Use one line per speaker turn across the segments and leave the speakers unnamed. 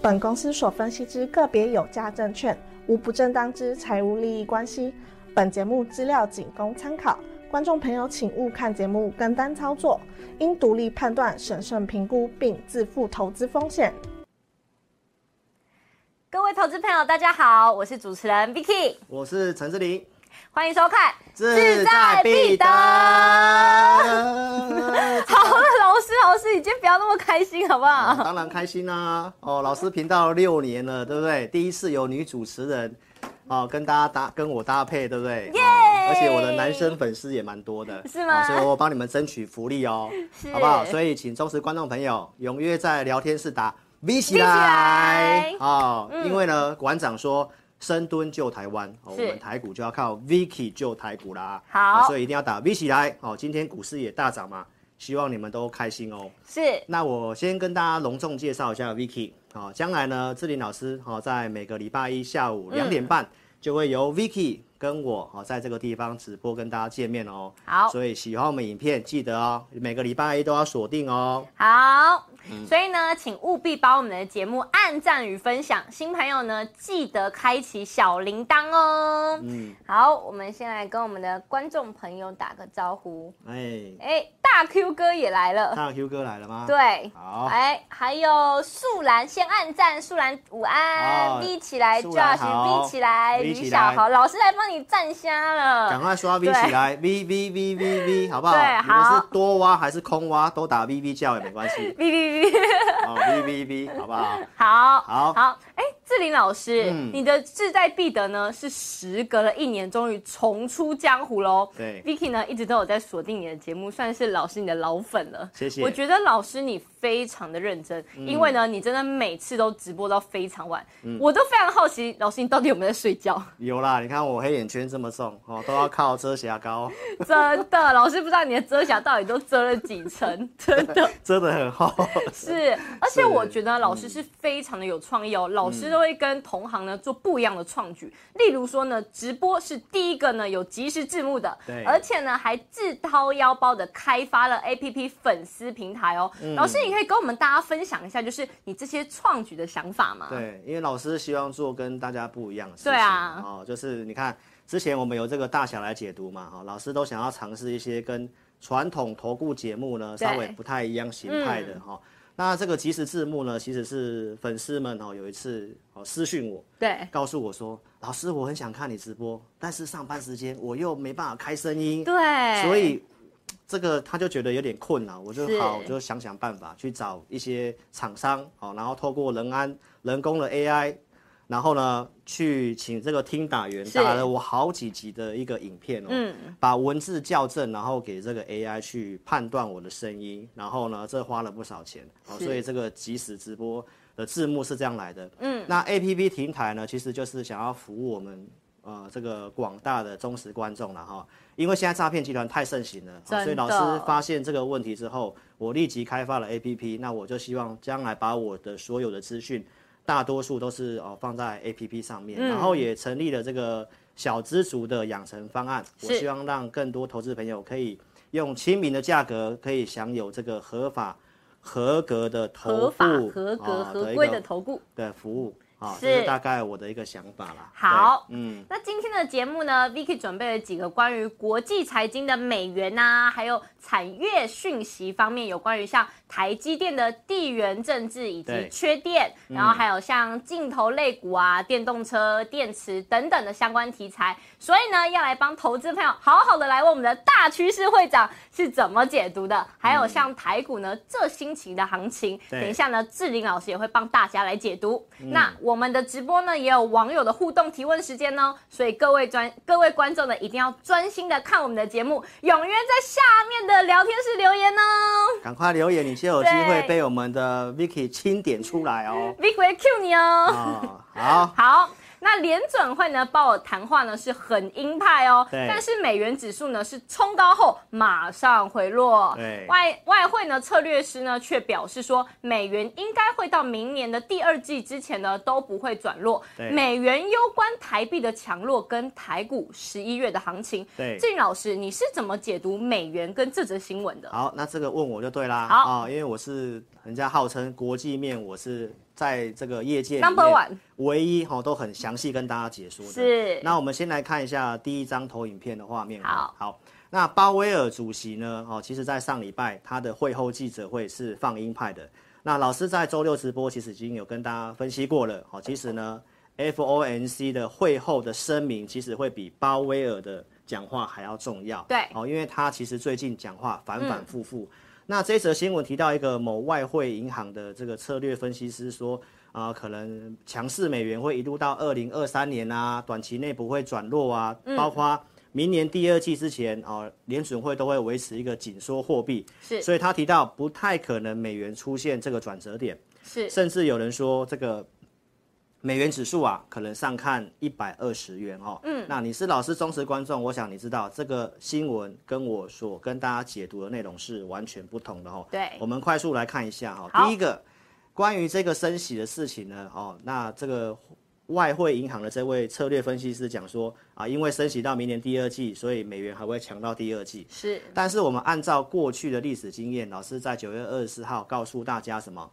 本公司所分析之个别有价证券，无不正当之财务利益关系。本节目资料仅供参考，观众朋友请勿看节目跟单操作，应独立判断、审慎评估并自负投资风险。
各位投资朋友，大家好，我是主持人 Vicky，
我是陈志霖，
欢迎收看《好了，老师，老师，你今天不要那么开心好不好？
当然开心啦、哦，老师频道六年了，对不对？第一次有女主持人，哦，跟大家搭跟我搭配，对不对？耶、而且我的男生粉丝也蛮多的，
是吗
哦所以我帮你们争取福利 哦，好不好？所以请忠实观众朋友踊跃在聊天室打 V 起
起
来
来
哦，因为呢，馆长说。深蹲救台湾，哦，
嗯是
我们台股就要靠 Vicky 救台股啦。
好
哦所以一定要打 V 起来哦。今天股市也大涨嘛，希望你们都开心哦。
是
那我先跟大家隆重介绍一下 Vicky。好、将来呢，志玲老师好、在每个礼拜一下
嗯
午两点半、就会由 Vicky 跟我好、在这个地方直播跟大家见面哦。
好
所以喜欢我们影片，记得哦，每个礼拜一都要锁定哦。
好，所以呢，请务必把我们的节目按赞与分享。新朋友呢，记得开启小铃铛哦。
嗯，
好，我们先来跟我们的观众朋友打个招呼。
哎，
哎，大 Q 哥也来了，
大 Q 哥来了吗？，
对，
好。
哎，还有素兰先按赞，素兰午安
好
，V 起来
素兰
，Josh
好
V 起来，
V
于
起
小
来
豪老师来帮你站瞎
赶
了，
快刷 V
对
起来，V V V V V，好不好？
对
你们
好
是多挖还是空挖，都打 V V 叫也没关系
，V V V，
哦，V V V，好不好？
好，
好
好，哎，志玲老师，
嗯
你的志在必得呢，是时隔了一年，终于重出江湖喽。
对
，Vicky 呢一直都有在锁定你的节目，算是老师你的老粉了。
谢谢嗯
我觉得老师你非常的认真，因为呢，你真的每次都直播到非常晚，我都非常好奇，老师你到底有没有在睡觉？
有啦，你看我黑眼圈这么重哦，都要靠遮瑕膏，
真的，老师不知道你的遮瑕到底都遮了几 层，真的
遮得很厚。
是。而且我觉得老师是非常的有创意哦，老师都会跟同行呢做不一样的创举，例如说呢，直播是第一个呢有即时字幕的，
对
而且呢还自掏腰包的开发了 APP 粉丝平台哦。
嗯
老师，你可以跟我们大家分享一下，就是你这些创举的想法吗？，
对，因为老师希望做跟大家不一样的事情。
对啊
哦，就是你看之前我们有这个大小来解读嘛，哈、哦老师都想要尝试一些跟传统投顾节目呢
对嗯
稍微不太一样形态的哈、那这个即时字幕呢，其实是粉丝们哦有一次哦私讯我，
对，
告诉我说，老师我很想看你直播，但是上班时间我又没办法开声音。
对，
所以这个他就觉得有点困扰，我就是好，我就想想办法去找一些厂商，好，然后透过人安人工的 AI，然后呢去请这个听打员
是嗯
打了我好几集的一个影片哦，把文字校正，然后给这个 AI 去判断我的声音，然后呢这花了不少钱，哦，
是
所以这个即时直播的字幕是这样来的，嗯，那 APP 平台呢其实就是想要服务我们。呃，这个广大的忠实观众了哈，因为现在诈骗集团太盛行了，哦
真
所以老
的
师发现这个问题之后，我立即开发了 APP。那我就希望将来把我的所有的资讯，大多数都是哦放在 APP 上面，
嗯
然后也成立了这个小资族的养成方案。我
是
希望让更多投资朋友可以用亲民的价格，可以享有这个合法、合格的投顾
合法、合格、
啊
合
的一
规
个
的投顾。
的服务啊，
是
这是大概我的一个想法啦。
好
对嗯。
那今天的节目呢，Vicky 准备了几个关于国际财经的美元呐、还有产业讯息方面，有关于像台积电的地缘政治以及
对
缺电，
嗯
然后还有像镜头类股啊、电动车、电池等等的相关题材。所以呢，要来帮投资朋友好好的来问我们的大趋势会长是怎么解读的，还有像台股呢这星期的行情，
对嗯
等一下呢志玲老师也会帮大家来解读。那我们的直播呢也有网友的互动提问时间呢，所以各位专各位观众呢一定要专心的看我们的节目，踊跃在下面的聊天室留言哦。
赶快留言，你就有机会
对
被我们的 Vicky 清点出来哦。
Vicky 会 Q 你哦。
啊，好，
好，那联准会呢，鲍尔谈话呢是很鹰派哦，
对
但是美元指数呢是冲高后马上回落。
对
外外汇呢策略师呢却表示说，美元应该会到明年的第二季之前呢都不会转弱。
对
美元攸关台币的强弱跟台股十一月的行情。
对
郑老师，你是怎么解读美元跟这则新闻的？
好，那这个问我就对啦。
好
啊，因为我是很人家号称国际面，我是在这个业界里
Number
面
one
唯一哈都很详细跟大家解说的。
是
那我们先来看一下第一张投影片的画面。哦
好
好，那鲍威尔主席呢？哦，其实在上礼拜他的会后记者会是放鹰派的。那老师在周六直播其实已经有跟大家分析过了。哦，其实呢，FOMC 的会后的声明其实会比鲍威尔的讲话还要重要。
对
哦，因为他其实最近讲话反反复复。那这则新闻提到一个某外汇银行的这个策略分析师说，啊、可能强势美元会一路到二零二三年啊，短期内不会转弱啊，包括明年第二季之前哦、联准会都会维持一个紧缩货币，
是
所以他提到不太可能美元出现这个转折点，
是
甚至有人说这个美元指数啊，可能上看一百二十元哦。嗯，那你是老师忠实观众，我想你知道这个新闻跟我所跟大家解读的内容是完全不同的哦。
对
我们快速来看一下哈、
好
第一个，关于这个升息的事情呢，哦，那这个。外汇银行的这位策略分析师讲说啊，因为升息到明年第二季，所以美元还会强到第二季。
是
但是我们按照过去的历史经验，老师在九月二十四号告诉大家什么？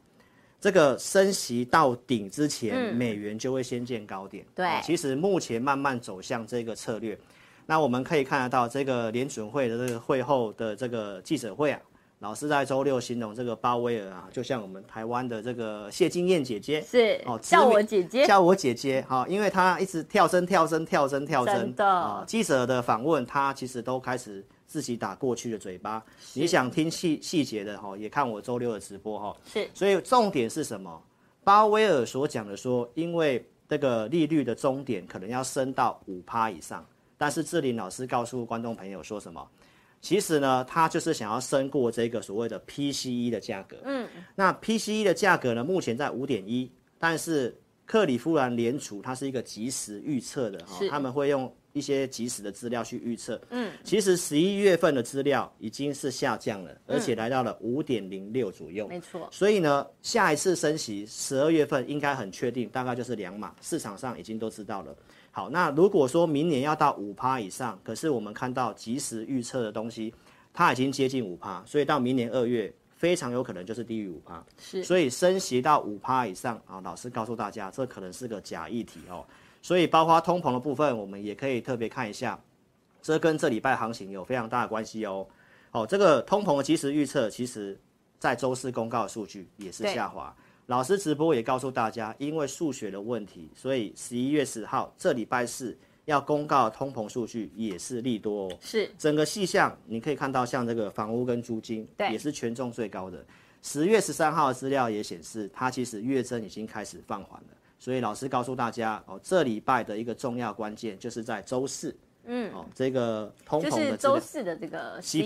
这个升息到顶之前，美元就会先见高点。
对
哦其实目前慢慢走向这个策略。那我们可以看得到，这个联准会的这个会后的这个记者会啊，老师在周六形容这个鲍威尔啊，就像我们台湾的这个谢金燕姐姐，
是
哦，知
叫
名
我姐姐
叫我姐姐哈、因为她一直跳针、跳针、跳针、跳针。
真的
啊记者的访问，她其实都开始自己打过去的嘴巴。你想听细细节的哈、也看我周六的直播哈、
是
所以重点是什么？鲍威尔所讲的说，因为这个利率的终点可能要升到五趴以上，但是志玲老师告诉观众朋友说什么？其实呢，他就是想要升过这个所谓的 PCE 的价格。嗯，那 PCE 的价格呢，目前在五点一，但是克利夫兰联储它是一个即时预测的哈
是，
他们会用一些即时的资料去预测。嗯，其实十一月份的资料已经是下降了，而且来到了五点零六左右。
没错，
所以呢，下一次升息十二月份应该很确定，大概就是两码，市场上已经都知道了。好，那如果说明年要到五趴以上，可是我们看到即时预测的东西，它已经接近五趴，所以到明年二月非常有可能就是低于五趴。
是
所以升息到五趴以上啊，老师告诉大家，这可能是个假议题哦。所以包括通膨的部分，我们也可以特别看一下，这跟这礼拜行情有非常大的关系哦。哦，这个通膨的即时预测，其实在周四公告的数据也是
对
下滑。老师直播也告诉大家，因为数学的问题，所以十一月十号这礼拜四要公告的通膨数据也是利多哦。
是
整个细项你可以看到，像这个房屋跟租金，
对
也是权重最高的。十月十三号的资料也显示，它其实月增已经开始放缓了。所以老师告诉大家，哦，这礼拜的一个重要关键就是在周四，嗯，哦，这个通
就
膨
是
的资料
周四的这个
CPI，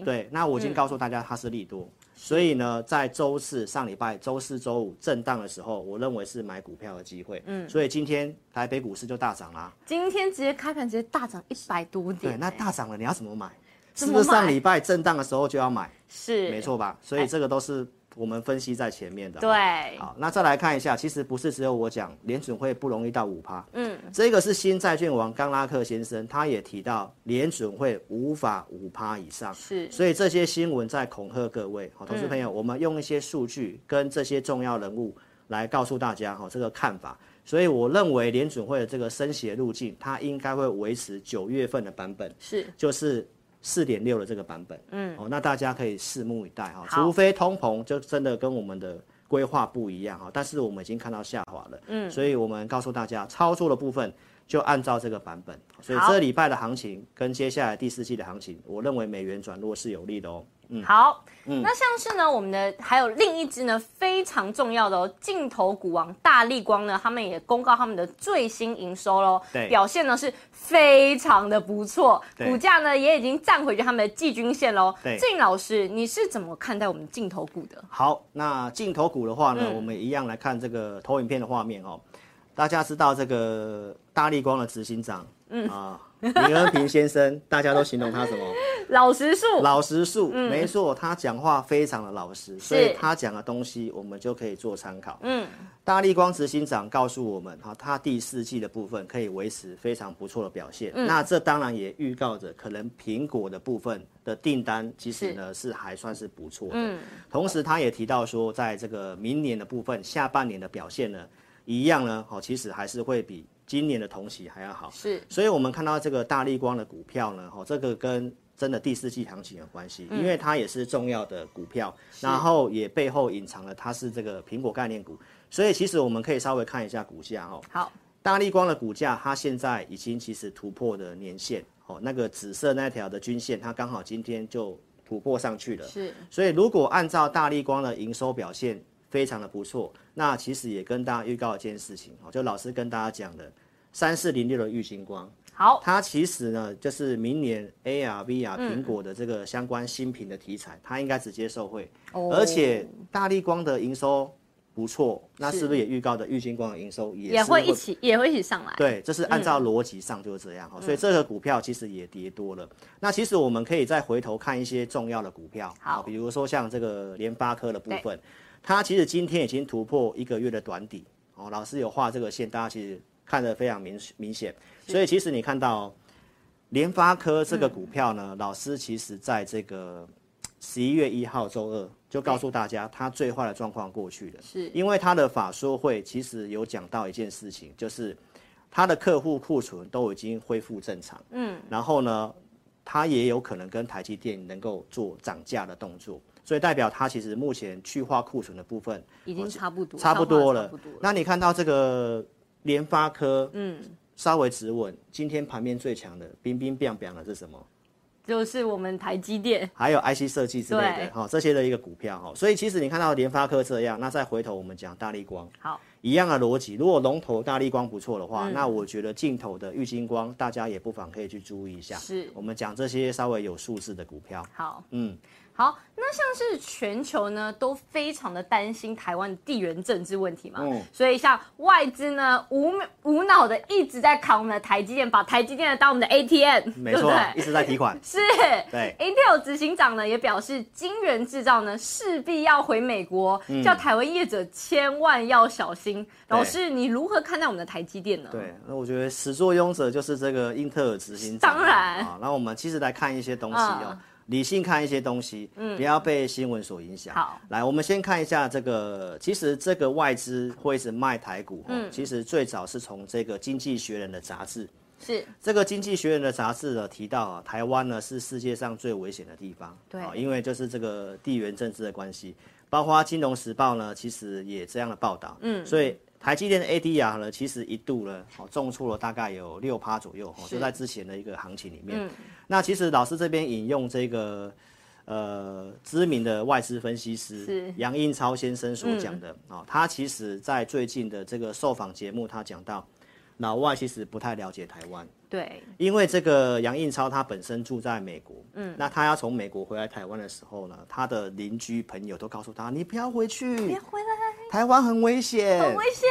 CPI
对，那我已经告诉大家它是利多，
嗯
所以呢，在周四上礼拜周四周五震荡的时候，我认为是买股票的机会，嗯，所以今天台北股市就大涨啦，
今天直接开盘直接大涨一百多点
对，
欸，
那大涨了你要怎么买？是
么
不是上
买
礼拜震荡的时候就要买？
哎是
没，错吧？所以这个都是我们分析在前面的。
对，
好，那再来看一下，其实不是只有我讲，联准会不容易到五趴。嗯，这个是新债券王冈拉克先生，他也提到联准会无法五趴以上。
是
所以这些新闻在恐吓各位，好，投资朋友，我们用一些数据跟这些重要人物来告诉大家，哈，这个看法。所以我认为联准会的这个升息的路径，它应该会维持九月份的版本。
是
就是四点六的这个版本，嗯，哦，那大家可以拭目以待哈、
好
除非通膨就真的跟我们的规划不一样哈、但是我们已经看到下滑了，嗯，所以我们告诉大家操作的部分就按照这个版本，所以
好
这礼拜的行情跟接下来第四季的行情，我认为美元转弱是有利的哦。
好，
嗯
那像是呢，我们的还有另一支呢非常重要的哦，镜头股王大力光呢，他们也公告他们的最新营收喽，
对
表现呢是非常的不错，
对
股价呢也已经站回去他们的季均线喽。
对
静老师，你是怎么看待我们镜头股的？
好，那镜头股的话呢，我们一样来看这个投影片的画面哦。大家知道这个大力光的执行长，嗯啊，林恩平先生，大家都形容他什么？
老实数，
老实数，没错，他讲话非常的老实，所以他讲的东西我们就可以做参考。
嗯，
大力光执行长告诉我们，哈，他第四季的部分可以维持非常不错的表现。那这当然也预告着，可能苹果的部分的订单其实呢是还算是不错的。同时，他也提到说，在这个明年的部分下半年的表现呢，一样呢，好，其实还是会比今年的同期还要好。
是
所以我们看到这个大力光的股票呢，哦，这个跟真的第四季行情有关系，因为它也是重要的股票，然后也背后隐藏了它是这个苹果概念股，所以其实我们可以稍微看一下股价哦。
好，
大力光的股价它现在已经其实突破的年限，哦，那个紫色那条的均线，它刚好今天就突破上去了。
是
所以如果按照大力光的营收表现非常的不错，那其实也跟大家预告一件事情哦，就老师跟大家讲的三四零六的玉金光，
好，
它其实呢就是明年 AR、VR
嗯
苹果的这个相关新品的题材，它应该直接受惠，
哦
而且大力光的营收不错，那是不是也预告的玉金光的营收也
也
是
会一起也会一起上来，嗯
对，这是按照逻辑上就是这样哈、所以这个股票其实也跌多了。那其实我们可以再回头看一些重要的股票，
好
啊比如说像这个联发科的部分，它其实今天已经突破一个月的短底哦。老师有画这个线，大家其实看得非常明明显。所以其实你看到哦联发科
嗯
这个股票呢，老师其实在这个十一月一号周二就告诉大家，它最坏的状况过去了。
是
因为他的法说会其实有讲到一件事情，就是他的客户库存都已经恢复正常，嗯，然后呢，他也有可能跟台积电能够做涨价的动作，所以代表他其实目前去化库存的部分
已经差不多，
哦差不多了。
差不多了，
那你看到这个联发科，嗯，稍微止稳，今天盘面最强的冰冰冰冰的是什么？
就是我们台积电
还有 IC 设计之类
对
的，哈、这些的一个股票哈、所以其实你看到联发科这样，那再回头我们讲大力光，
好，
一样的逻辑。如果龙头大力光不错的话，
嗯
那我觉得镜头的玉金光，大家也不妨可以去注意一下。
是
我们讲这些稍微有数字的股票，
好。
嗯，
好，那像是全球呢都非常的担心台湾地缘政治问题嘛，
嗯
所以像外资呢无无脑的一直在扛我们的台积电，把台积电当我们的 ATM，
没
对不
错，
对
一？直在
。
提款
是，
对
Intel 执行长呢也表示，晶圆制造呢势必要回美国，
嗯
叫台湾业者千万要小心。老师，你如何看待我们的台积电呢？，
对，那我觉得始作俑者就是这个英特尔执行长。
当然
啊，那我们其实来看一些东西哦，
嗯
理性看一些东西，不要被新闻所影响。
好，
来，我们先看一下这个，其实这个外资会是卖台股，哦
嗯
其实最早是从这个《经济学人》的杂志。
是
这个《经济学人》的杂志呢提到啊，台湾呢是世界上最危险的地方，
对
啊因为就是这个地缘政治的关系，包括《金融时报》呢，其实也这样的报道，嗯，所以台积电的 ADR 呢，其实一度呢，哦，重挫了大概有六趴左右，哦，
是嗯
就在之前的一个行情里面。那其实老师这边引用这个呃知名的外资分析
是嗯
师杨应超先生所讲的啊、哦，他其实在最近的这个受访节目，他讲到老外其实不太了解台湾。
对，
因为这个杨应超他本身住在美国，嗯，那他要从美国回来台湾的时候呢，他的邻居朋友都告诉他，你不要回去
别，回来，
台湾很危险，
很危险。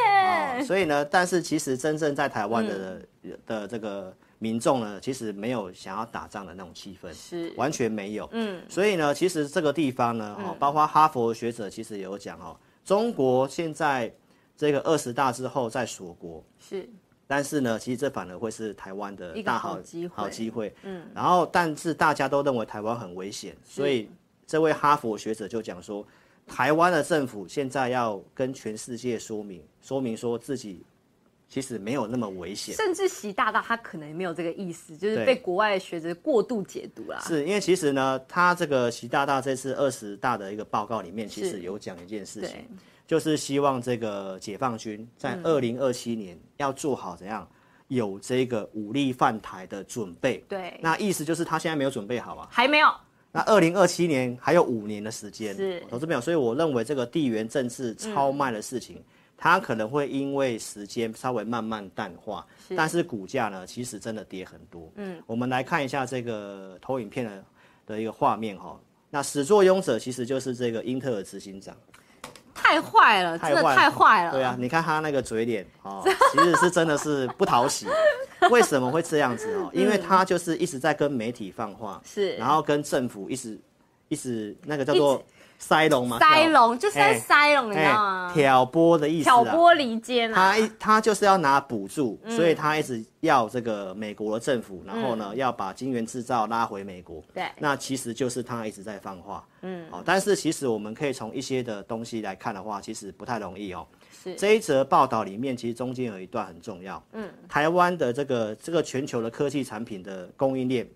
哦所以呢，但是其实真正在台湾的、
嗯
的这个民众呢，其实没有想要打仗的那种气氛，
是
完全没有。嗯，所以呢，其实这个地方呢，
嗯
哦，包括哈佛学者其实有讲哦，中国现在这个二十大之后在锁国，
是
但是呢，其实这反而会是台湾的
一个
大
好
好
机会
好机会。嗯，然后但是大家都认为台湾很危险，所以这位哈佛学者就讲说，台湾的政府现在要跟全世界说明，说明说自己其实没有那么危险。
甚至习大大他可能也没有这个意思，就是
对
被国外学者过度解读啦。
是因为其实呢，他这个习大大这次二十大的一个报告里面，其
是
实有讲一件事
对嗯
情，就是希望这个解放军在二零二七年要做好怎样有这个武力犯台的准备。
对，
那意思就是他现在没有准备好啊。
还没有
那二零二七年还有五年的时间，
是
投资朋友，所以我认为这个地缘政治超卖的事情，它可能会因为时间稍微慢慢淡化，但是股价呢，其实真的跌很多。嗯，我们来看一下这个投影片的的一个画面哈、那始作俑者其实就是这个英特尔执行长，啊
太坏了，真的
坏了
太坏了。
对啊，，你看他那个嘴脸哦，其实是真的是不讨喜。为什么会这样子哦？因为他就是一直在跟媒体放 话，
是
然后跟政府一直一直那个叫做塞龙嘛，
塞龙就是在
哎
塞龙，你知
哎
道吗？
挑拨的意思啊，
挑拨嗯离间啊
他，一他就是要拿补助，所以他一直要这个美国的政府，然后
嗯
呢、要把晶圆制造拉回美国。
对
那其实就是他一直在放话。嗯，好、但是其实我们可以从一些的东西来看的话，其实不太容易哦。
是
这一则报道里面，其实中间有一段很重要。嗯，台湾的这个这个全球的科技产品的供应链，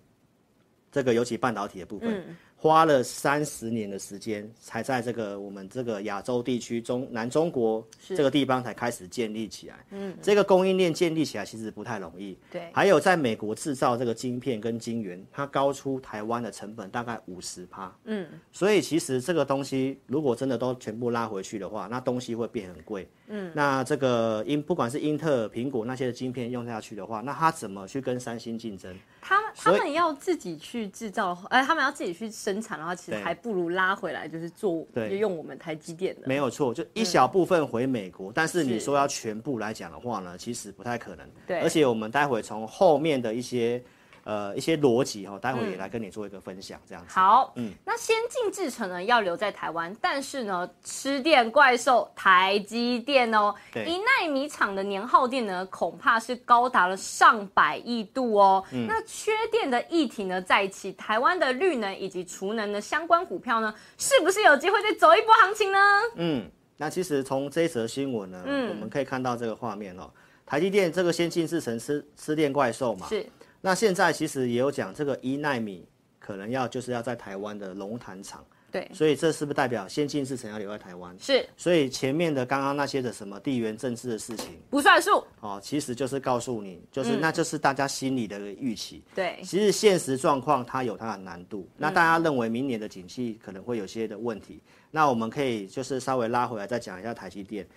这个尤其半导体的部分，花了三十年的时间，才在这个我们这个亚洲地区中南中国这个地方才开始建立起来。嗯，这个供应链建立起来其实不太容易。
对
还有在美国制造这个晶片跟晶圆，它高出台湾的成本大概五十趴。嗯，所以其实这个东西如果真的都全部拉回去的话，那东西会变很贵。嗯，那这个英不管是英特尔、苹果那些的晶片用下去的话，那它怎么去跟三星竞争？
他们他们要自己去制造，哎，他们要自己去生产的话，其实
对
还不如拉回来，就是做，就
对
用我们台积电的。
没有错，就一小部分回美国，但是
是
你说要全部来讲的话呢，其实不太可能。
对
而且我们待会从后面的一些呃一些逻辑哈，待会也来跟你做一个分享，这样子。
好，那先进制程呢要留在台湾，但是呢，吃电怪兽台积电哦，
对
一纳米厂的年耗电呢，恐怕是高达了上百亿度哦。
嗯
那缺电的议题呢再起，台湾的绿能以及储能的相关股票呢，是不是有机会再走一波行情呢？
嗯，那其实从这一则新闻呢，
嗯
我们可以看到这个画面哦，台积电这个先进制程吃吃电怪兽嘛，
是
那现在其实也有讲这个一纳米可能要就是要在台湾的龙潭厂，
对，
所以这是不是代表先进制程要留在台湾？
是
所以前面的刚刚那些的什么地缘政治的事情
不算数，
哦，其实就是告诉你，就
嗯
是、那就是大家心里的预期。
对，嗯
其实现实状况它有它的难度，那大家认为明年的景气可能会有些的问题，那我们可以就是稍微拉回来再讲一下台积电。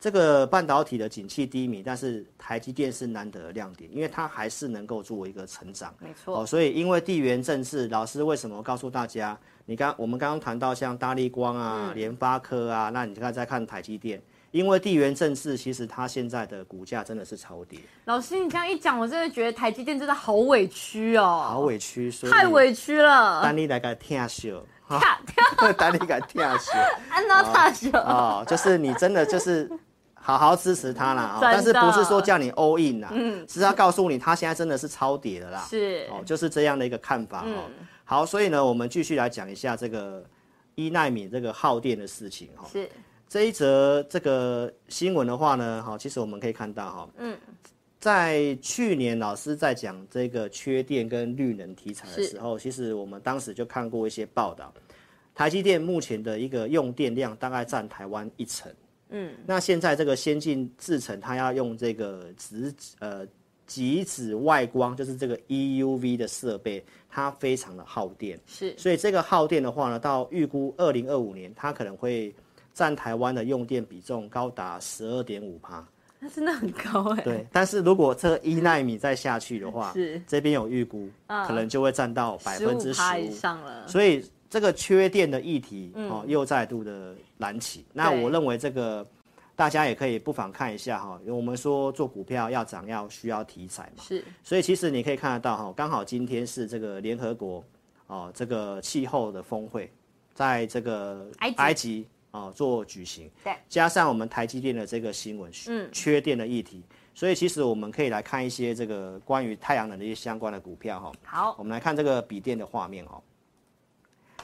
这个半导体的景气低迷，但是台积电是难得的亮点，因为它还是能够做一个成长。
没错，
哦，所以因为地缘政治，老师为什么告诉大家？你刚我们刚刚谈到像大力光
嗯
啊、联发科啊，那你现在在看台积电，因为地缘政治，其实它现在的股价真的是超跌，
老师你这样一讲，我真的觉得台积电真的好委屈哦，
好委屈，所以
太委屈了，
丹尼来个听秀，
看，
丹尼个听秀
安娜大秀。
哦，就是你真的就是好好支持他啦，哦
真的嗯
但是不是说叫你 all in 啦，是要告诉你他现在真的是超跌的啦，
是嗯
哦，就是这样的一个看法哦。好，所以呢，我们继续来讲一下这个一纳米这个耗电的事情哈、哦。
是
这一则这个新闻的话呢，哈，其实我们可以看到哈，嗯，在去年老师在讲这个缺电跟绿能题材的时候，其实我们当时就看过一些报道，台积电目前的一个用电量大概占台湾一成，嗯，那现在这个先进制程，它要用这个紫呃极紫外光，就是这个 EUV 的设备，它非常的耗电，
是
所以这个耗电的话呢，到预估二零二五年，它可能会占台湾的用电比重高达十二点五趴。
那真的很高哎、
对，但是如果这一纳米再下去的话，
是嗯
这边有预估，可能就会占到百分之十
15%以
五。
上了。
所以这个缺电的议题，哦，又再度的燃起。那
嗯对
我认为这个大家也可以不妨看一下哈、因为我们说做股票要涨要需要题材嘛，
是
所以其实你可以看得到哈，刚好今天是这个联合国哦这个气候的峰会，在这个
埃及
哦做举行，
对，
加上我们台积电的这个新闻，嗯，缺电的议题，所以其实我们可以来看一些这个关于太阳能的一些相关的股票哈、
好
我们来看这个笔电的画面哦。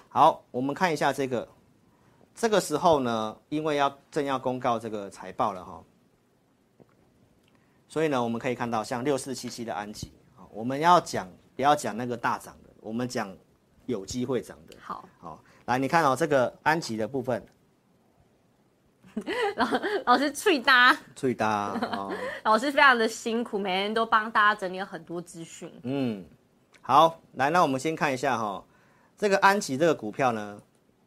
好，我们看一下这个，这个时候呢，因为要正要公告这个财报了哈、所以呢，我们可以看到像六四七七的安吉啊，我们要讲不要讲那个大涨的，我们讲有机会涨的。
好，
好，来你看哦，这个安吉的部分，
老师最搭，
最大哦，
老师非常的辛苦，每天都帮大家整理了很多资讯。
嗯，好，来，那我们先看一下哈、这个安琪这个股票呢，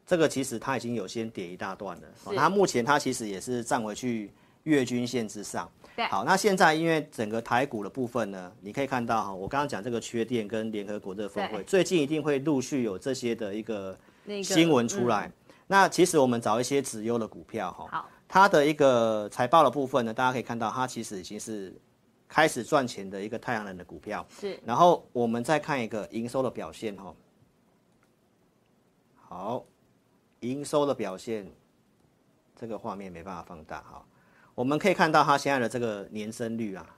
这个其实它已经有先跌一大段了，哦
是
它目前它其实也是站回去月均线之上。
对
好，那现在因为整个台股的部分呢，你可以看到哈、我刚刚讲这个缺电跟联合国这个峰会，
对
最近一定会陆续有这些的一个
那个嗯
新闻出来。那其实我们找一些直优的股票哈、
好
它的一个财报的部分呢，大家可以看到它其实已经是开始赚钱的一个太阳能的股票。
是
然后我们再看一个营收的表现哈、哦。好，营收的表现，这个画面没办法放大哈、我们可以看到它现在的这个年增率啊，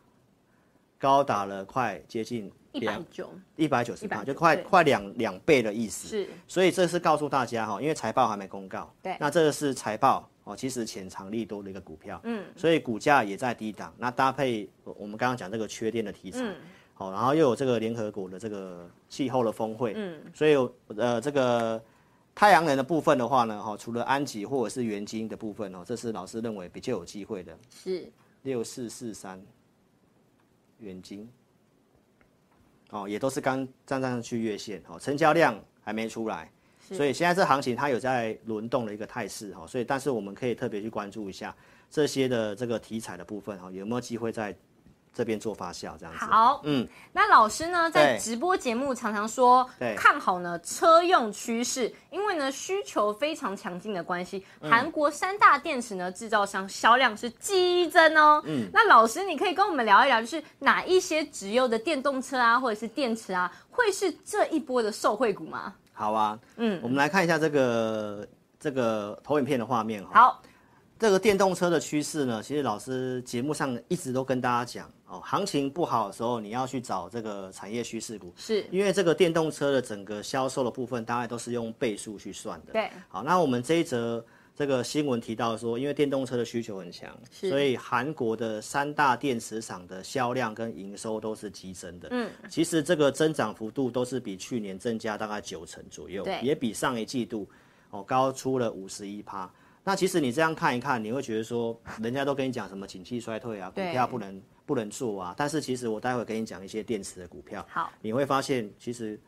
高达了快接近
一百九，
一百九十八，
190
就快
对
快两两倍的意思。
是
所以这是告诉大家哈，因为财报还没公告，
对
那这个是财报哦，其实潜藏利多的一个股票，
嗯，
所以股价也在低档，那搭配我我们刚刚讲这个缺电的题材，
嗯
好、然后又有这个联合国的这个气候的峰会，
嗯，
所以呃这个。太阳能的部分的话呢，哈，哦除了安吉或者是元晶的部分哦，这是老师认为比较有机会的。
是
六四四三，远金，哦，也都是刚站上去月线，哦，成交量还没出来，所以现在这行情它有在轮动的一个态势，哈、哦，所以但是我们可以特别去关注一下这些的这个题材的部分，哈、哦，有没有机会在这边做发酵这样子？
好，
嗯，
那老师呢，在
对
直播节目常常说
对
看好呢车用趋势，因为呢需求非常强劲的关系，
嗯
韩国三大电池呢制造商销量是激增哦。嗯，那老师你可以跟我们聊一聊，就是哪一些直优的电动车啊，或者是电池啊，会是这一波的受惠股吗？
好啊，
嗯
我们来看一下这个这个投影片的画面，哈、
好，
这个电动车的趋势呢，其实老师节目上一直都跟大家讲哦，行情不好的时候，你要去找这个产业趋势股，
是
因为这个电动车的整个销售的部分，大概都是用倍数去算的。
对，
好，那我们这一则这个新闻提到说，因为电动车的需求很强，
是
所以韩国的三大电池厂的销量跟营收都是激增的。嗯，其实这个增长幅度都是比去年增加大概九成左右
对，
也比上一季度哦高出了五十一趴。那其实你这样看一看，你会觉得说，人家都跟你讲什么景气衰退啊，股
对
票不能不能做啊。但是其实我待会跟你讲一些电池的股票，
好，
你会发现其实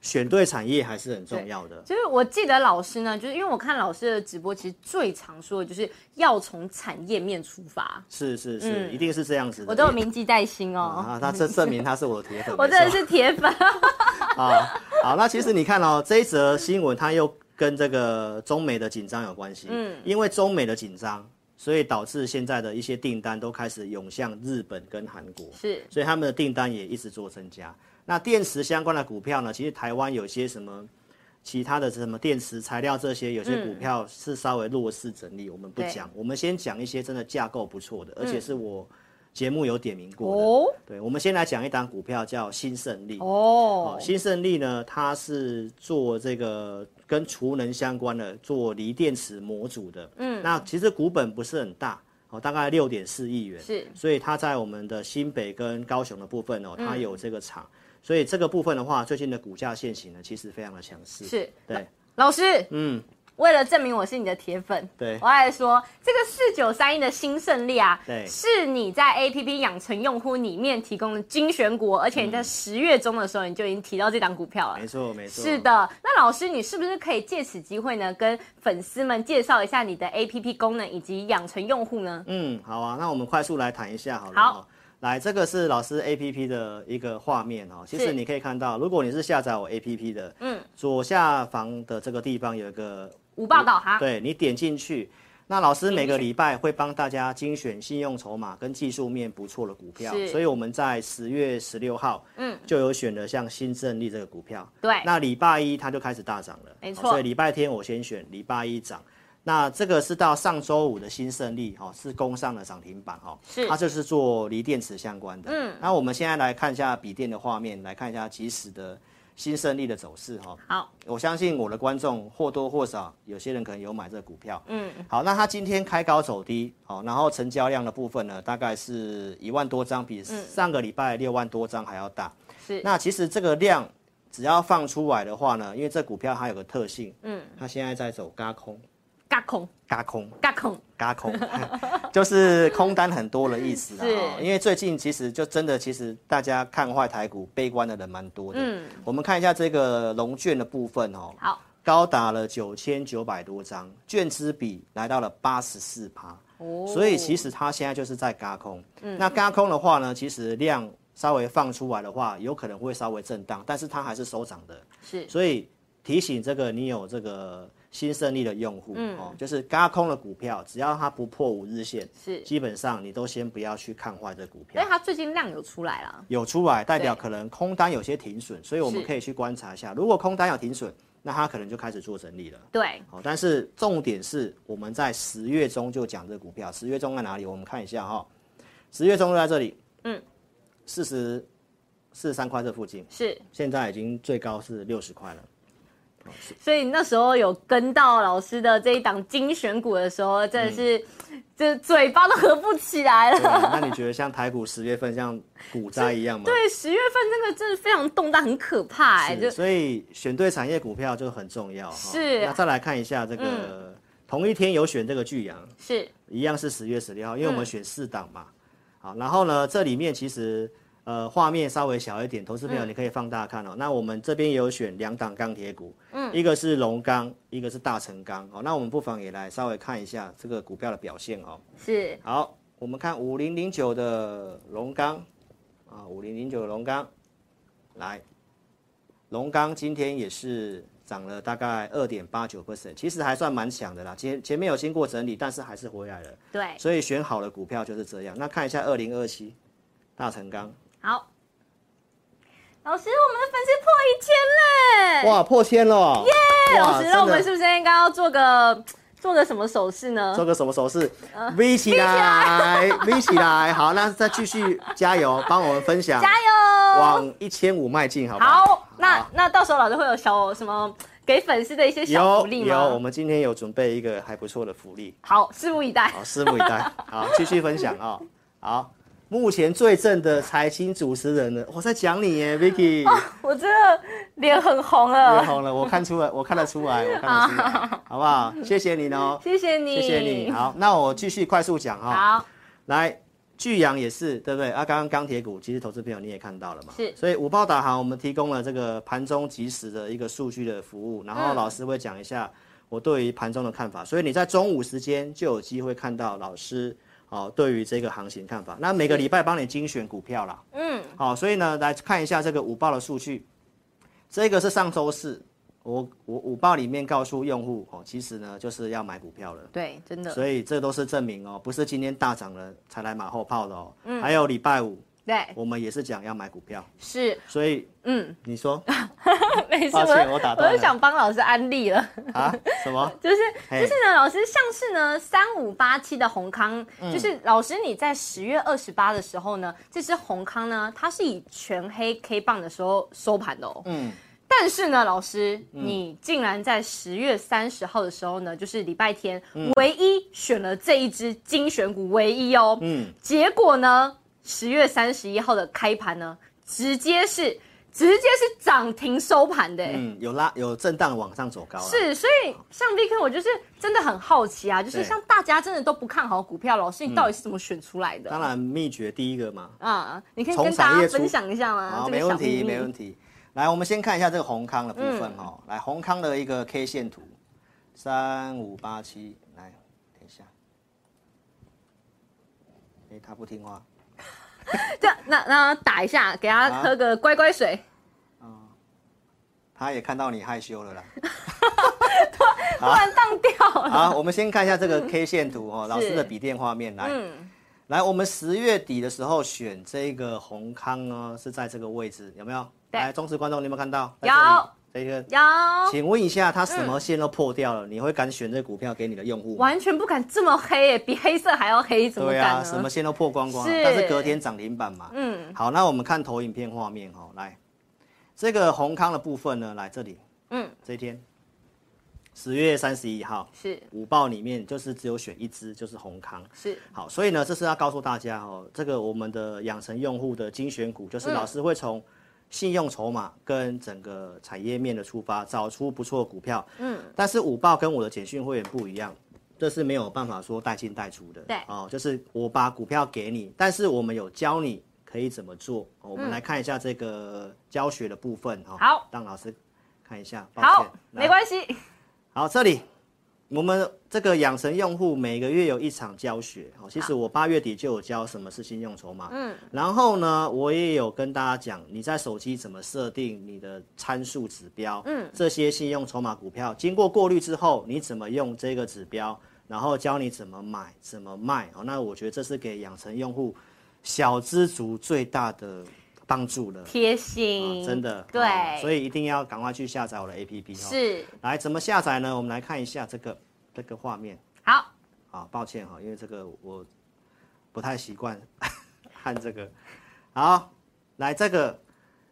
选对产业还是很重要的。
就是我记得老师呢，就是因为我看老师的直播，其实最常说的就是要从产业面出发，
是是是，一定是这样子的。
嗯我 都有铭记在心哦。
啊，那这证明他是我的铁 粉。
我
没错
真的是铁粉，
啊。好，那其实你看哦，这一则新闻它又跟这个中美的紧张有关系。嗯，因为中美的紧张，所以导致现在的一些订单都开始涌向日本跟韩国。
是
所以他们的订单也一直做增加。那电池相关的股票呢，其实台湾有些什么其他的什么电池材料这些，有些股票是稍微弱势整理，我们
嗯
不
对嗯
讲，我们先讲一些真的架构不错的，而且是我节目有点名过的。
哦
对，我们先来讲一档股票叫新胜利。
哦，
新胜利呢，它是做这个跟储能相关的，做锂电池模组的。嗯，那其实股本不是很大，哦，大概六点四亿元。
是
所以它在我们的新北跟高雄的部分哦，
嗯
它有这个厂。所以这个部分的话，最近的股价现形呢，其实非常的强势。
是
对
老师，嗯，为了证明我是你的铁粉，
对
我还说这个四九三一的新胜利啊，
对
是你在 A P P 养成用户里面提供的精选股，而且你在十月中的时候你就已经提到这档股票了
嗯没。错没错。
是。的，那老师，你是不是可以借此机会呢，跟粉丝们介绍一下你的 A P P 功能以及养成用户呢？
嗯，好啊，那我们快速来谈一下好了、
好
哦。来，这个是老师 A P P 的一个画面哦。其
是
实你可以看到，如果你是下载我 A P P 的，嗯，左下方的这个地方有一个，
无报告哈，
对你点进去，那老师每个礼拜会帮大家精选信用筹码跟技术面不错的股票
是，
所以我们在十月十六号，嗯，就有选了像新正利这个股票，
对
那礼拜一它就开始大涨了，
没
哦
错
所以礼拜天我先选，礼拜一涨。那这个是到上周五的新胜利哦，是攻上了涨停板哦，
是
它就是做锂电池相关的。嗯，那我们现在来看一下笔电的画面，来看一下即时的新胜利的走势哈、哦。
好，
我相信我的观众或多或少有些人可能有买这个股票。嗯，好，那它今天开高走低，好、然后成交量的部分呢，大概是一万多张，比上个礼拜六万多张还要大。
嗯是
那其实这个量只要放出来的话呢，因为这股票它有个特性，嗯，它现在在走嘎空，
嘎空
嘎空，
嘎空，
嘎空， 就是空单很多的意思啦。
是
哦因为最近其实就真的，其实大家看坏台股、悲观的人蛮多的。
嗯
我们看一下这个龙券的部分哦，
好
高达了九千九百多张，券资比来到了八十四趴。
哦
所以其实它现在就是在嘎空。
嗯
那嘎空的话呢，其实量稍微放出来的话，有可能会稍微震荡，但是它还是收涨的。
是
所以提醒这个你有这个新胜利的用户，
嗯
哦，就是嘎空的股票，只要它不破五日线，
是
基本上你都先不要去看坏这股
因
票
为。它最近量有出来了，
有出来，代表
对
可能空单有些停损，所以我们
是
可以去观察一下。如果空单有停损，那它可能就开始做整理了。
对，
好，但是重点是我们在十月中就讲这股票，十月中在哪里？我们看一下哈，十月中就在这里，
嗯，
四十四十三块这附近，
是，
现在已经最高是六 十块了。
所以那时候有跟到老师的这一档精选股的时候，真的
嗯
是，这嘴巴都合不起来
对
了。
啊，那你觉得像台股十月份像股灾一样吗？
对，十月份真的真的非常动荡，很可怕哎、
是，
就
所以选对产业股票就很重要哈。
是嗯
那再来看一下这个，同一天有选这个巨阳，
是
一样是十月十六号，因为我们选四档嘛。好，然后呢，这里面其实呃画面稍微小一点，投资朋友你可以放大看哦。那我们这边也有选两档钢铁股，嗯，一个是龙钢，一个是大成钢。哦，那我们不妨也来稍微看一下这个股票的表现哦。
是
好，我们看五零零九的龙钢啊，五零零九的龙钢，来，龙钢今天也是涨了大概二点八九 percent，其实还算蛮强的啦。前前面有经过整理，但是还是回来了。
对，
所以选好的股票就是这样。那看一下二零二七大成钢，
好。老师，我们的粉丝破一千嘞！
哇，破千了！耶
老师，那我们是不是应该要做个做个什么呃手势呢
做？个什么手势？V 起来，V 起来。好，那再继续加油，帮我们分享，
加油！
往一千五迈进，好不好？
好，那那到时候老师会有小什么给粉丝的一些小
有
福利
有，我
吗？
们今天有准备一个还不错的福利，
好，拭目以待。
好，拭目以 待。好，继续分享哦。好，目前最正的财经主持人呢，我在讲你耶，Vicky。
我真的脸很红
脸
了，
红了，我看出来，我看得出来，我看得出来， 好不好？谢谢你哦，
谢谢你，
谢谢你。好，那我继续快速讲哈、
好，
来，巨阳也是，对不对？啊，刚刚钢铁股，其实投资朋友你也看到了嘛。
是
所以五报导航，我们提供了这个盘中即时的一个数据的服务，然后老师会讲一下我对于盘中的看法，所以你在中午时间就有机会看到老师。哦，对于这个行情看法，那每个礼拜帮你精选股票啦。
嗯，
好，所以呢，来看一下这个五报的数据，这个是上周四，我我五报里面告诉用户哦，其实呢就是要买股票了。
对，真的，
所以这都是证明哦，不是今天大涨了才来马后炮的哦。
嗯
还有礼拜五，
对，
我们也是讲要买股票，
是，
所以
嗯，
你 说
没事，
抱歉我打断了
就想帮老师安利了，
啊什么？
就是
嘿
就是呢，老师像是呢三五八七的红康，
嗯
就是老师你在十月二十八的时候呢，这只红康呢，它是以全黑 K 棒的时候收盘的哦，
嗯，
但是呢，老师，你竟然在十月三十号的时候呢，
嗯
就是礼拜天，唯一选了这一只精选股，唯一哦。
嗯
结果呢，十月三十一号的开盘呢，直接是直接是涨停收盘的、欸。
嗯，有拉有震荡往上走高啊了。
是，所以像 V K，我就是真的很好奇啊，就是
对
像大家真的都不看好股票，老师你到底是怎么选出来的？
当然秘诀第一个嘛，
啊，你可以
嗯从
跟大
产
家
业出
分享一下吗？
好，
啊这个
没
小
问
秘密
题，
嗯
没问题。来，我们先看一下这个红康的部分哦。来，红康的一个 K 线图，三五八七，来，等一下。哎，他不听话。
这样啊那那打一下，给他
啊
喝个乖乖水。
他也看到你害 羞了啦。
突然当掉了。嗯
好，我们先看一下这个 K 线图哦，老师
是
的笔电画面来。
嗯，
来，我们十月底的时候选这个红康呢，是在这个位置，有没有？
对
来，忠实观众，你有没有看到？
有
在这里这个。
有，嗯
请问一下，它什么线都破掉了，你会敢选这股票给你的用户吗？
完全不敢这么黑耶，比黑色还要黑，怎么
对
敢
啊，
呢？
什么线都破光光了，
是
但是隔天涨停板嘛。
嗯
好，那我们看投影片画面哦，来，这个红康的部分呢，来这里，
嗯，
这一天，十月三十一号，
是
五报里面就是只有选一只，就是红康。
是
好，所以呢，这是要告诉大家哦，这个我们的养成用户的精选股，
嗯
就是老师会从信用筹码跟整个产业面的出发，找出不错的股票。嗯，但是五报跟我的简讯会员不一样，这是没有办法说带进带出的。
对
哦，就是我把股票给你，但是我们有教你可以怎么做。哦、我们来看一下这个教学的部分哈、哦。
嗯好，
让老师看一下。抱
好
歉，
没
系。
关系，
好，这里我们这个养成用户每个月有一场教学，好，其实我八月底就有教什么是信用筹码，嗯，然后呢，我也有跟大家讲你在手机怎么设定你的参数指标，嗯，这些信用筹码股票经过过滤之后，你怎么用这个指标，然后教你怎么买、怎么卖，好，那我觉得这是给养成用户小资族最大的帮助了。
贴
啊
心，
真的，
对，
啊所以一定要赶快去下载我的 APP 哦。
是
来，怎么下载呢？我们来看一下这个这个画面。
好，
啊，抱歉哈，因为这个我不太习惯 看这个。好，来这个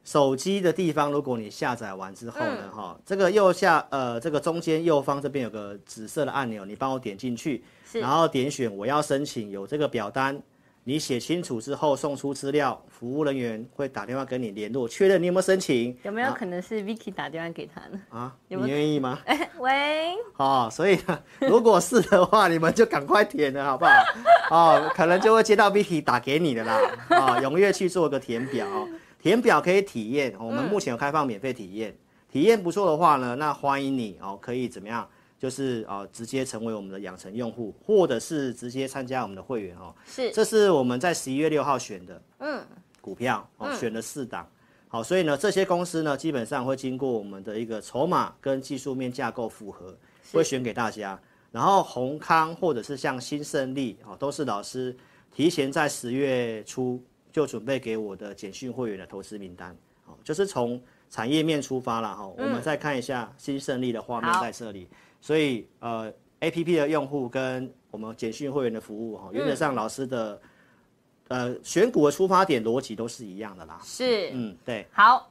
手机的地方，如果你下载完之后
嗯
呢，哈、这个右下呃，这个中间右方这边有个紫色的按钮，你帮我点进去，然后点选我要申请有这个表单。你写清楚之后送出资料，服务人员会打电话跟你联络，确认你有没有申请
有没有可能是 Vicky 打电话给他呢？
啊？你
有没有
愿意吗？
喂，
哦，所以呢， 如果是的话，你们就赶快填了，好不好？哦，可能就会接到 Vicky 打给你的啦。啊、踊跃去做个填表，填表可以体验，哦我们目前有开放免费体验，体验不错的话呢，那欢迎你哦，可以怎么样？就是哦，直接成为我们的养成用户，或者是直接参加我们的会员哦。
是
这是我们在十一月六号选的，嗯，股票哦，选了四档。好，所以呢，这些公司呢，基本上会经过我们的一个筹码跟技术面架构复合，会选给大家。然后宏康或者是像新胜利哦，都是老师提前在十月初就准备给我的简讯会员的投资名单。哦，就是从产业面出发了哈、哦我们再看一下新胜利的画面
嗯好
在这里。所以呃，A P P 的用户跟我们简讯会员的服务哈、哦原则
嗯
上老师的、呃选股的出发点逻辑都是一样的啦。
是，
嗯，对，
好。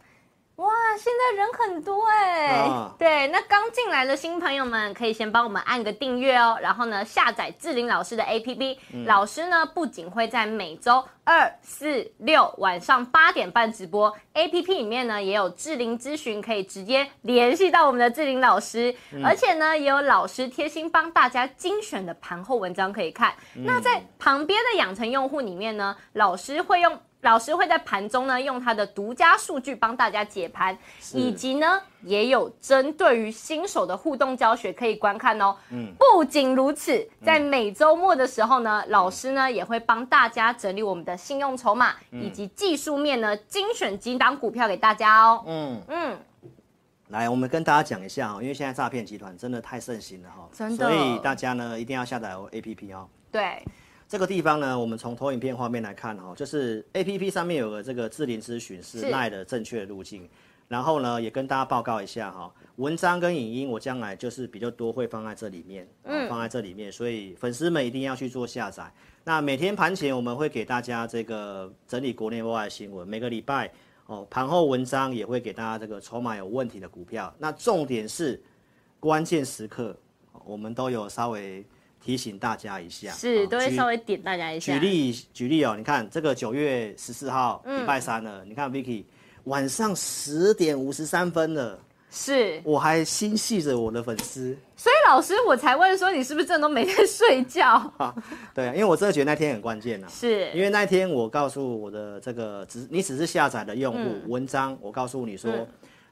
哇，现在人很多哎、
啊
对，那刚进来的新朋友们可以先帮我们按个订阅哦，然后呢下载志玲老师的 APP，、老师呢不仅会在每周二、四、六晚上八点半直播，APP 里面呢也有志玲咨询，可以直接联系到我们的志玲老师，而且呢也有老师贴心帮大家精选的盘后文章可以看。那在旁边的养成用户里面呢，老师会用。老师会在盘中呢，用他的独家数据帮大家解盘，以及呢也有针对于新手的互动教学可以观看哦。
嗯
不仅如此，在每周末的时候呢，老师呢也会帮大家整理我们的信用筹码、
嗯
以及技术面呢，精选几档股票给大家哦。
嗯。
嗯，
来，我们跟大家讲一下哦哈，因为现在诈骗集团真的太盛行了哈，
真的
所以大家呢一定要下载 A P P 哦。
对，
这个地方呢，我们从投影片画面来看哈，就是 A P P 上面有个这个智林咨询
是
是赖的正确路径，然后呢也跟大家报告一下哈，文章跟影音我将来就是比较多会放在这里面，嗯，放在这里面，所以粉丝们一定要去做下载。那每天盘前我们会给大家这个整理国内外的新闻，每个礼拜哦盘后文章也会给大家这个筹码有问题的股票。那重点是关键时刻，哦我们都有稍微提醒大家一下，
是
哦
都会
举
稍微点大家一下。
举例举例哦，你看这个九月十四号礼拜三了，你看 Vicky 晚上十点五十三分了，
是，
我还心系着我的粉丝，
所以老师我才问说你是不是真的都没在睡觉？
对，啊因为我真的觉得那天很关键呐、啊因
是，
为那天我告诉我的这个只你只是下载的用户、文章，我告诉你说。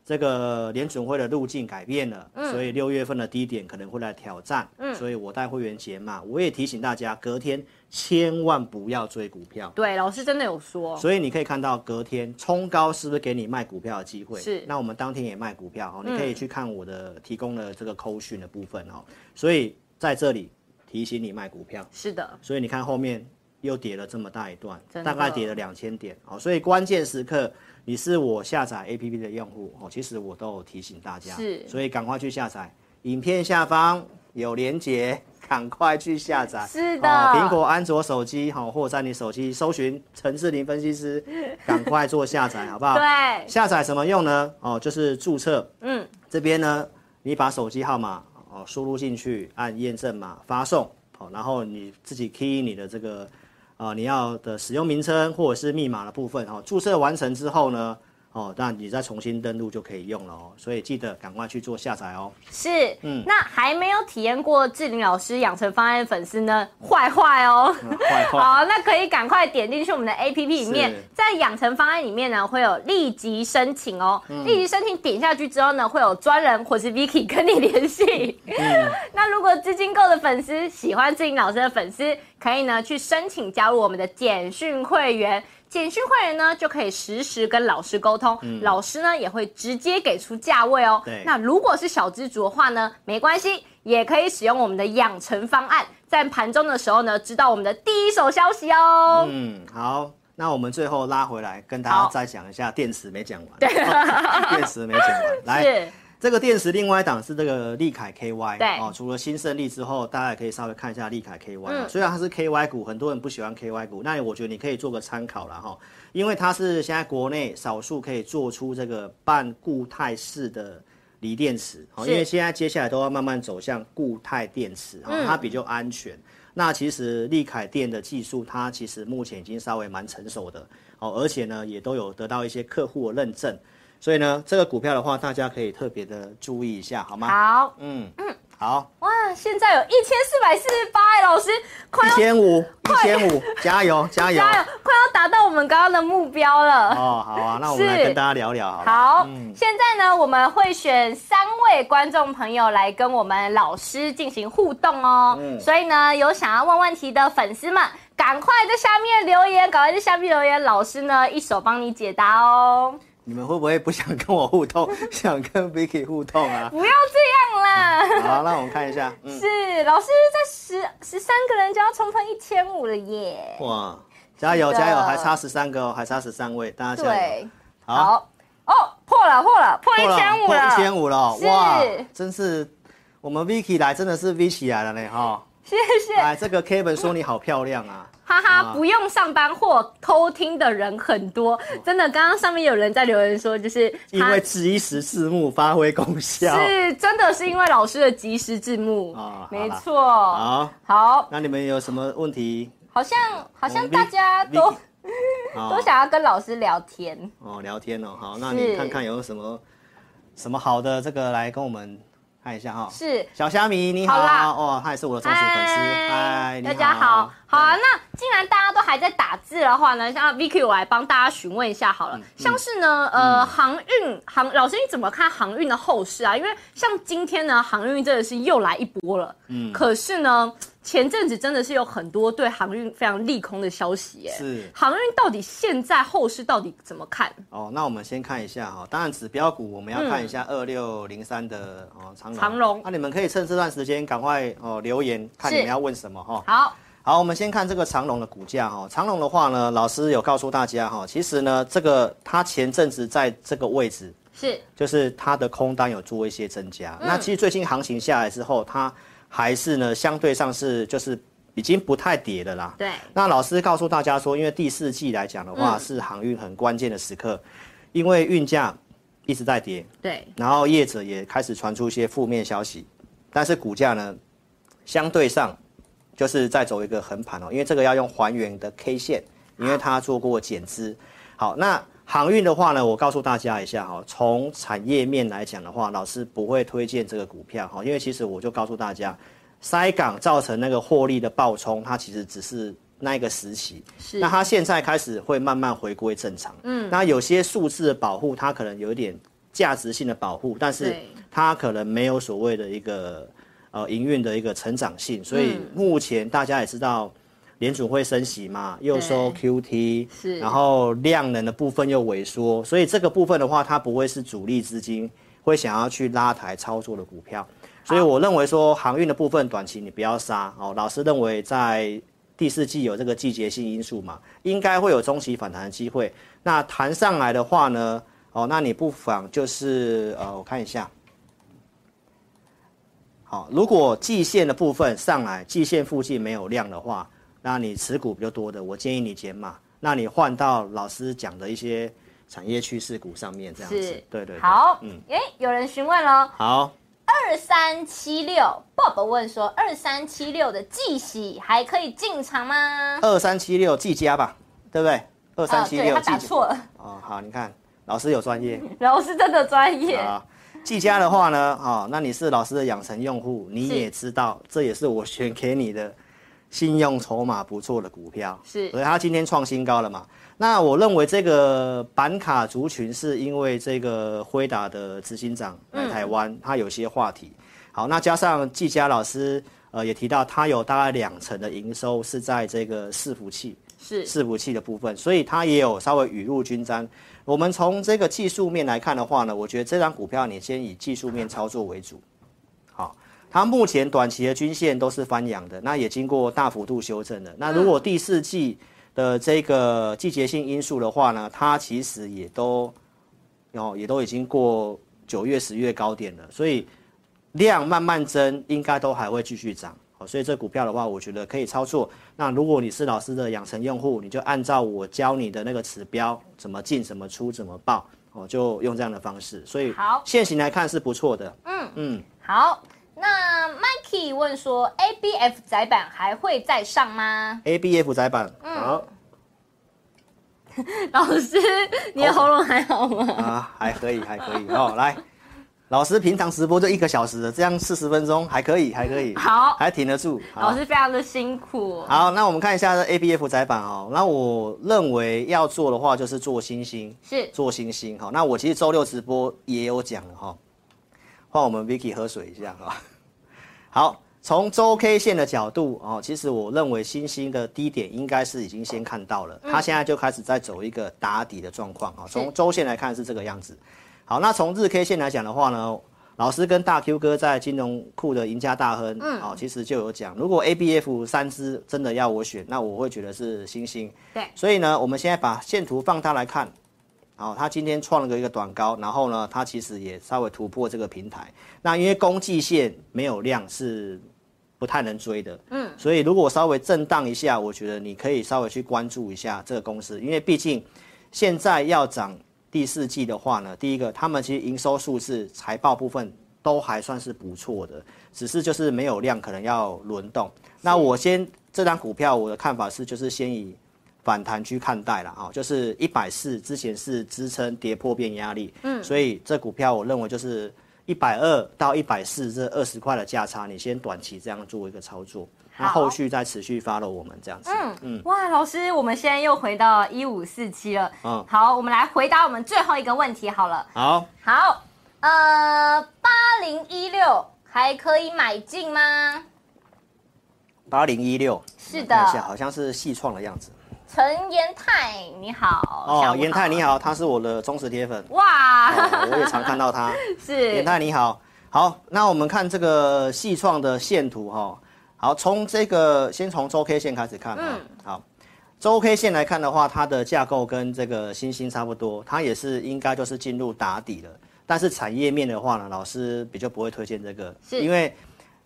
这个联准会的路径改变了，所以六月份的低点可能会来挑战，所以我带会员解码，我也提醒大家，隔天千万不要追股票，
对，老师真的有说。
所以你可以看到隔天冲高是不是给你卖股票的机会？
是
那我们当天也卖股票哦，你可以去看我的提供的这个扣讯的部分哦。所以在这里提醒你卖股票。
是的，
所以你看后面又跌了这么大一段
真，的
大概跌了两千点哦。所以关键时刻，你是我下载 APP 的用户哦，其实我都有提醒大家，
是
所以赶快去下载。影片下方有连结， 赶快去下载。
是的
哦苹果、安卓手机哈、哦，或者在你手机搜寻陈志林分析师，赶快做下载，好不 好？
对，
下载什么用呢？哦，就是注册。
嗯，
这边呢，你把手机号码哦输入进去，按验证码发送，哦，然后你自己 key 你的这哦个啊、呃你要的使用名称或者是密码的部分，哦，注册完成之后呢，哦，那你再重新登录就可以用了哦。所以记得赶快去做下载哦。
是，那还没有体验过志玲老师养成方案的粉丝呢，坏坏哦。
嗯坏话，
好，那可以赶快点进去我们的 APP 里面
是，
在养成方案里面呢，会有立即申请哦。立即申请点下去之后呢，会有专人或是 Vicky 跟你联系。那如果资金够的粉丝，喜欢志颖老师的粉丝，可以呢去申请加入我们的简讯会员。简讯会员呢，就可以实时跟老师沟通，老师呢也会直接给出价位哦。
嗯对
那如果是小资族的话呢，没关系，也可以使用我们的养成方案，在盘中的时候呢，知道我们的第一手消息哦。
嗯，好。那我们最后拉回来，跟大
好
家再讲一下电池 没讲完，对，电池没讲完，来，
是，
这个电池另外一档是这个利凯 KY，
对
哦，除了新胜利之后，大家也可以稍微看一下利凯 KY，、啊
嗯
虽然它是 KY 股，很多人不喜欢 KY 股，那我觉得你可以做个参考啦。哈、因为它是现在国内少数可以做出这个半固态式的锂电池，哦，
是
因为现在接下来都要慢慢走向固态电池，哦，
嗯
它比较安全。那其实利凯电的技术，它其实目前已经稍微蛮成熟的哦，而且呢，也都有得到一些客户的认证。所以呢，这个股票的话，大家可以特别的注意一下，好吗？
好
嗯嗯，好，
哇，现在有一千四百四十八，哎，老师快
一
要
千五，一千五，加油，加油！
加油，快要达到我们刚刚的目标了。
哦，好啊，那我们
是
来跟大家聊聊好了。
好，
嗯
现在呢，我们会选三位观众朋友来跟我们老师进行互动哦。
嗯
所以呢，有想要问问题的粉丝们，赶快在下面留言，赶快在下面留言，老师呢一手帮你解答哦。
你们会不会不想跟我互动， 想跟 Vicky 互动啊？
不要这样啦，
好，啊那我们看一下，嗯，
是老师在十十三个人就要冲破一千五了耶。
哇，加油
是的
加油，还差十三个哦，还差十三位，大家加油。
对，，好，哦，破了破了，破一千五
破
了，
一千五了哦，
是
哇，真是我们 Vicky 来真的是 Vicky 来了呢哈。
谢谢。
来，这个 Kevin 说你好漂亮啊。
哈哈，
啊哦
不用上班或偷听的人很多，真的。刚刚上面有人在留言说，就是
因为质疑时字幕发挥功效。
是真的是因为老师的及时字幕，
啊好啦
没错。
好，
好，
那你们有什么问题？
好像好
我
像
们
大家
哦 Vicky- 哦
都
好
都想要跟老师聊天。
哦聊天哦，好，那
是
你看看有什么什么好的这个来跟我们看一下哈、
是，
小虾米你好，
好啦
哦，他也是我的忠实粉丝，嗨，你
哎大家好，好啊。那既然大家都还在打字的话呢，像 Vicky，我来帮大家询问一下好了。
嗯
像是呢，呃，航运航老师你怎么看航运的后市啊？因为像今天呢，航运真的是又来一波了。嗯，可是呢，前阵子真的是有很多对航运非常利空的消息耶。
是
航运到底现在后市到底怎么看？
哦，那我们先看一下哈、当然指标股我们要看一下二六零三的哦长
嗯
荣，
长荣
那、你们可以趁这段时间赶快哦留言，看你
是
们要问什么哈、
好，
好，我们先看这个长隆的股价哈。长隆的话呢，老师有告诉大家哈，其实呢，这个它前阵子在这个位置，
是
就是它的空单有做一些增加。那其实最近行情下来之后，它还是呢相对上是就是已经不太跌了啦。
对，
那老师告诉大家说，因为第四季来讲的话，是航运很关键的时刻，因为运价一直在跌，
对，
然后业者也开始传出一些负面消息，但是股价呢，相对上就是在走一个横盘哦，因为这个要用还原的 K 线，因为它做过减资。好，那航运的话呢，我告诉大家一下哈、从产业面来讲的话，老师不会推荐这个股票哈、因为其实我就告诉大家，塞港造成那个获利的暴冲，它其实只是那一个时期，
是
那它现在开始会慢慢回归正常。嗯，那有些数字的保护，它可能有一点价值性的保护，但是
对
它可能没有所谓的一个呃营运的一个成长性，所以目前大家也知道。联储会升息嘛，又收 QT，
是
然后量能的部分又萎缩，所以这个部分的话，它不会是主力资金会想要去拉抬操作的股票。所以我认为说航运的部分短期你不要杀哦。老师认为在第四季有这个季节性因素嘛，应该会有中期反弹的机会。那弹上来的话呢，哦，那你不妨就是呃，我看一下。好，如果季线的部分上来，季线附近没有量的话，那你持股比较多的，我建议你减码，那你换到老师讲的一些产业趋势股上面，这样子。
是
对对对。
好，
嗯，
诶，有人询问喽。
好。
二三七六，Bob 问说，二三七六的季喜还可以进场吗？哦
二三七六技嘉吧，对不对？二三七
对
六
他
技
打
嘉。
错了，
哦，好，你看老师有专业
老师真的专业，
啊。技嘉的话呢，哦，那你是老师的养成用户，你
是
也知道，这也是我选给你的信用筹码不错的股票，
是
所以它今天创新高了嘛。那我认为这个板卡族群是因为这个辉达的执行长
嗯
来台湾，他有些话题。好，那加上技嘉老师呃也提到，他有大概两成的营收是在这个伺服器，
是
伺服器的部分，所以它也有稍微雨露均沾。我们从这个技术面来看的话呢，我觉得这张股票你先以技术面操作为主。好，它目前短期的均线都是翻阳的，那也经过大幅度修正的。那如果第四季的这个季节性因素的话呢，它其实也都，哦，也都已经过九月、十月高点了，所以量慢慢增，应该都还会继续涨。好，所以这股票的话，我觉得可以操作。那如果你是老师的养成用户，你就按照我教你的那个指标，怎么进、怎么出、怎么报，哦，就用这样的方式。所以
好
现行来看是不错的。
好。那 Mikey 问说，A B F 窄板还会再上吗？
A B F 窄板，好
老师，你的喉咙还好吗？
啊，还可以，还可以哦。来，老师平常直播就一个小时了，这样四十分钟还可以，还可以，
好
还挺得住。好
老师非常的辛苦。
好，那我们看一下这 A B F 窄板哦。那我认为要做的话，就是做星星，
是
做星星哈。那我其实周六直播也有讲了哈，换我们 Vicky 喝水一下哈。 好，从周 K 线的角度哦，其实我认为星星的低点应该是已经先看到了，
嗯
它现在就开始在走一个打底的状况啊。从周线来看是这个样子。好，那从日 K 线来讲的话呢，老师跟大 Q 哥在金融库的赢家大亨，嗯，哦，其实就有讲，如果 A、B、F 三支真的要我选，那我会觉得是星星。
对
所以呢，我们现在把线图放大来看，哦，它今天创了一个短高，然后呢，它其实也稍微突破这个平台。那因为攻击线没有量是不太能追的，嗯，所以如果稍微震荡一下，我觉得你可以稍微去关注一下这个公司，因为毕竟现在要涨第四季的话呢，第一个他们其实营收数字、财报部分都还算是不错的，只是就是没有量，可能要轮动。那我先这张股票我的看法是，就是先以反弹去看待了啊、哦，就是一百四之前是支撑跌破变压力，嗯，所以这股票我认为就是一百二到一百四这二十块的价差，你先短期这样做一个操作，那
好
后续再持续 follow 我们这样子，嗯
哇，老师，我们现在又回到一五四七了。
嗯
好，我们来回答我们最后一个问题好了。
好，
好，呃，八零一六还可以买进吗？
八零一六，
是
看一下
的，
好像哎是细创的样子
陈延泰，你好。下
哦
午，
延泰你。好，他是我的忠实铁 粉，
哇，
哦我也常看到他，
是
哦延泰你好，好，那我们看这个细创的线图哈、好，从这个先从周 K 线开始看啊、好，周 K 线来看的话，它的架构跟这个星星差不多，它也是应该就是进入打底了。但是产业面的话呢，老师比较不会推荐这个，
是
因为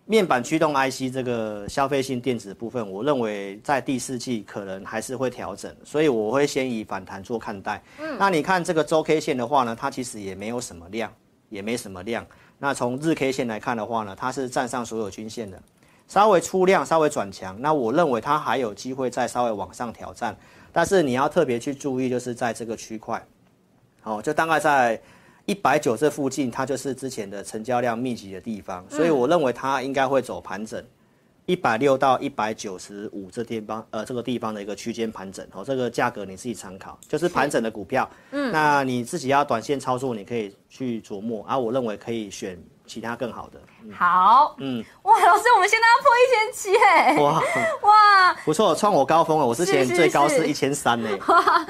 面板驱动 IC 这个消费性电子部分，我认为在第四季可能还是会调整，所以我会先以反弹做看待。那你看这个周 K 线的话呢，它其实也没有什么量，也没什么量。那从日 K 线来看的话呢，它是站上所有均线的，稍微出量，稍微转强。那我认为它还有机会再稍微往上挑战，但是你要特别去注意，就是在这个区块，哦，就大概在一百九这附近，它就是之前的成交量密集的地方，所以我认为它应该会走盘整。一百六到一百九十五这地方，呃，这个地方的一个区间盘整，哦，这个价格你自己参考，就是盘整的股票。嗯，那你自己要短线操作，你可以去琢磨啊。我认为可以选其他更好的。
好，嗯，哇，老师，我们现在要破一千七哎，
哇，
哇，
不错，创我高峰了。我之前
是是
最高
是
是一千 三呢。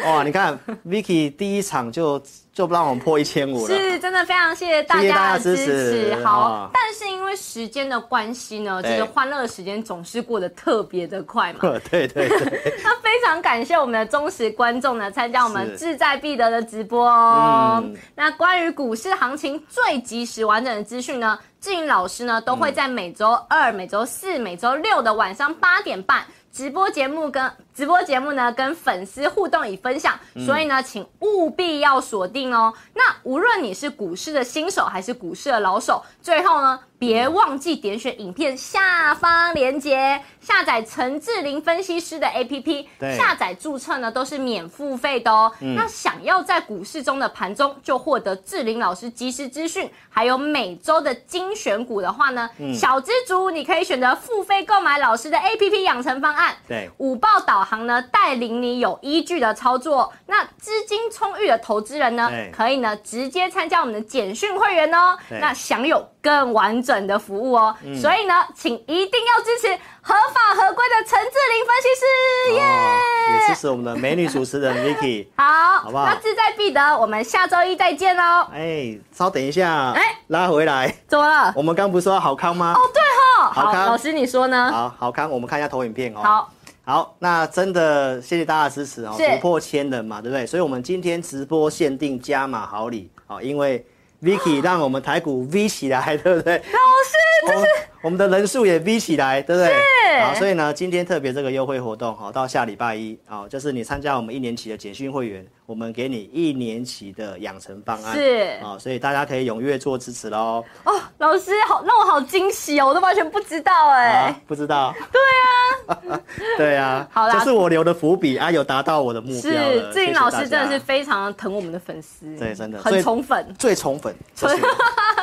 哇，你看 Vicky 第一场就就让我们破一千五了。
是真的非常谢谢大
谢谢
家
大
的
家
支
支
持。
持
好
啊，
但是因为时间的关系呢，这
对
个欢乐的时间总是过得特别的快 嘛。
对对对，
那非常感谢我们的忠实观众呢，参加我们
是
志在必得的直播哦。
嗯
那关于股市行情最及时完整的资讯呢，志颖老师呢都会在每周二、每周四、每周六的晚上八点半直播节目跟直播节目呢跟粉丝互动与分享，
嗯
所以呢，请务必要锁定哦。那无论你是股市的新手还是股市的老手，最后呢，别忘记点选影片下方链接下载陈志玲分析师的 APP，
对
下载注册呢都是免付费的哦。
嗯
那想要在股市中的盘中就获得志玲老师及时资讯，还有每周的精选股的话呢，
嗯
小知足你可以选择付费购买老师的 APP 养成方案。
对
五报导航呢，带领你有依据的操作。那资金充裕的投资人呢
对，
可以呢直接参加我们的简讯会员哦，
对嗯
那享有更完整的服务哦。所以呢，请一定要支持合法合规的陈志玲分析师，耶、
哦，也支持我们的美女主持 人 Vicky。
好，
好不好
那志在必得，我们下周一再见哦。
哎，稍等一下，
哎
拉回来。
怎么了？
我们刚不是说要好康吗？
哦，对哦，
哦好
好，
看
老师你说呢？
好，好康，我们看一下投影片哦。
好，
好，那真的谢谢大家的支持哦，
是
突破千人嘛，对不对？所以我们今天直播限定加码好礼哦，因为 Vicky 让我们台股 V 起来，对不对？
老师，
我们我们的人数也 V 起来，对不对？
是
好，所以呢，今天特别这个优惠活动，好，到下礼拜一，好，就是你参加我们一年期的简讯会员，我们给你一年期的养成方案，
是
好，所以大家可以踊跃做支持喽。
哦，老师好，让我好惊喜哦，我都完全不知道哎、
啊，不知道。对啊， 对啊，
好啦
这是我留的伏笔啊，有达到我的目标了
是，志
谢谢
颖老师
大
真
家
的是非常疼我们的粉丝，
对真的所
很
以
宠粉，
最 宠粉，就是我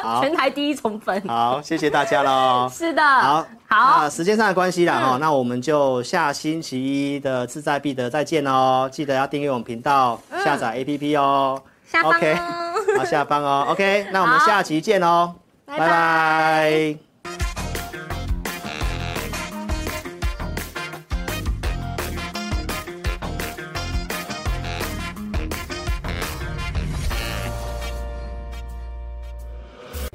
好
全台第一宠粉。
好，谢谢大家喽。
是的，
好，
好嗯
那，时间上的关系啦，哈、那我们就下星期一的志在必得再见哦，记得要订阅我们频道，
嗯
下载 APP 哦，
下方
OK
呢？
好下方哦，OK，那我们
好
下期见哦，
拜
拜拜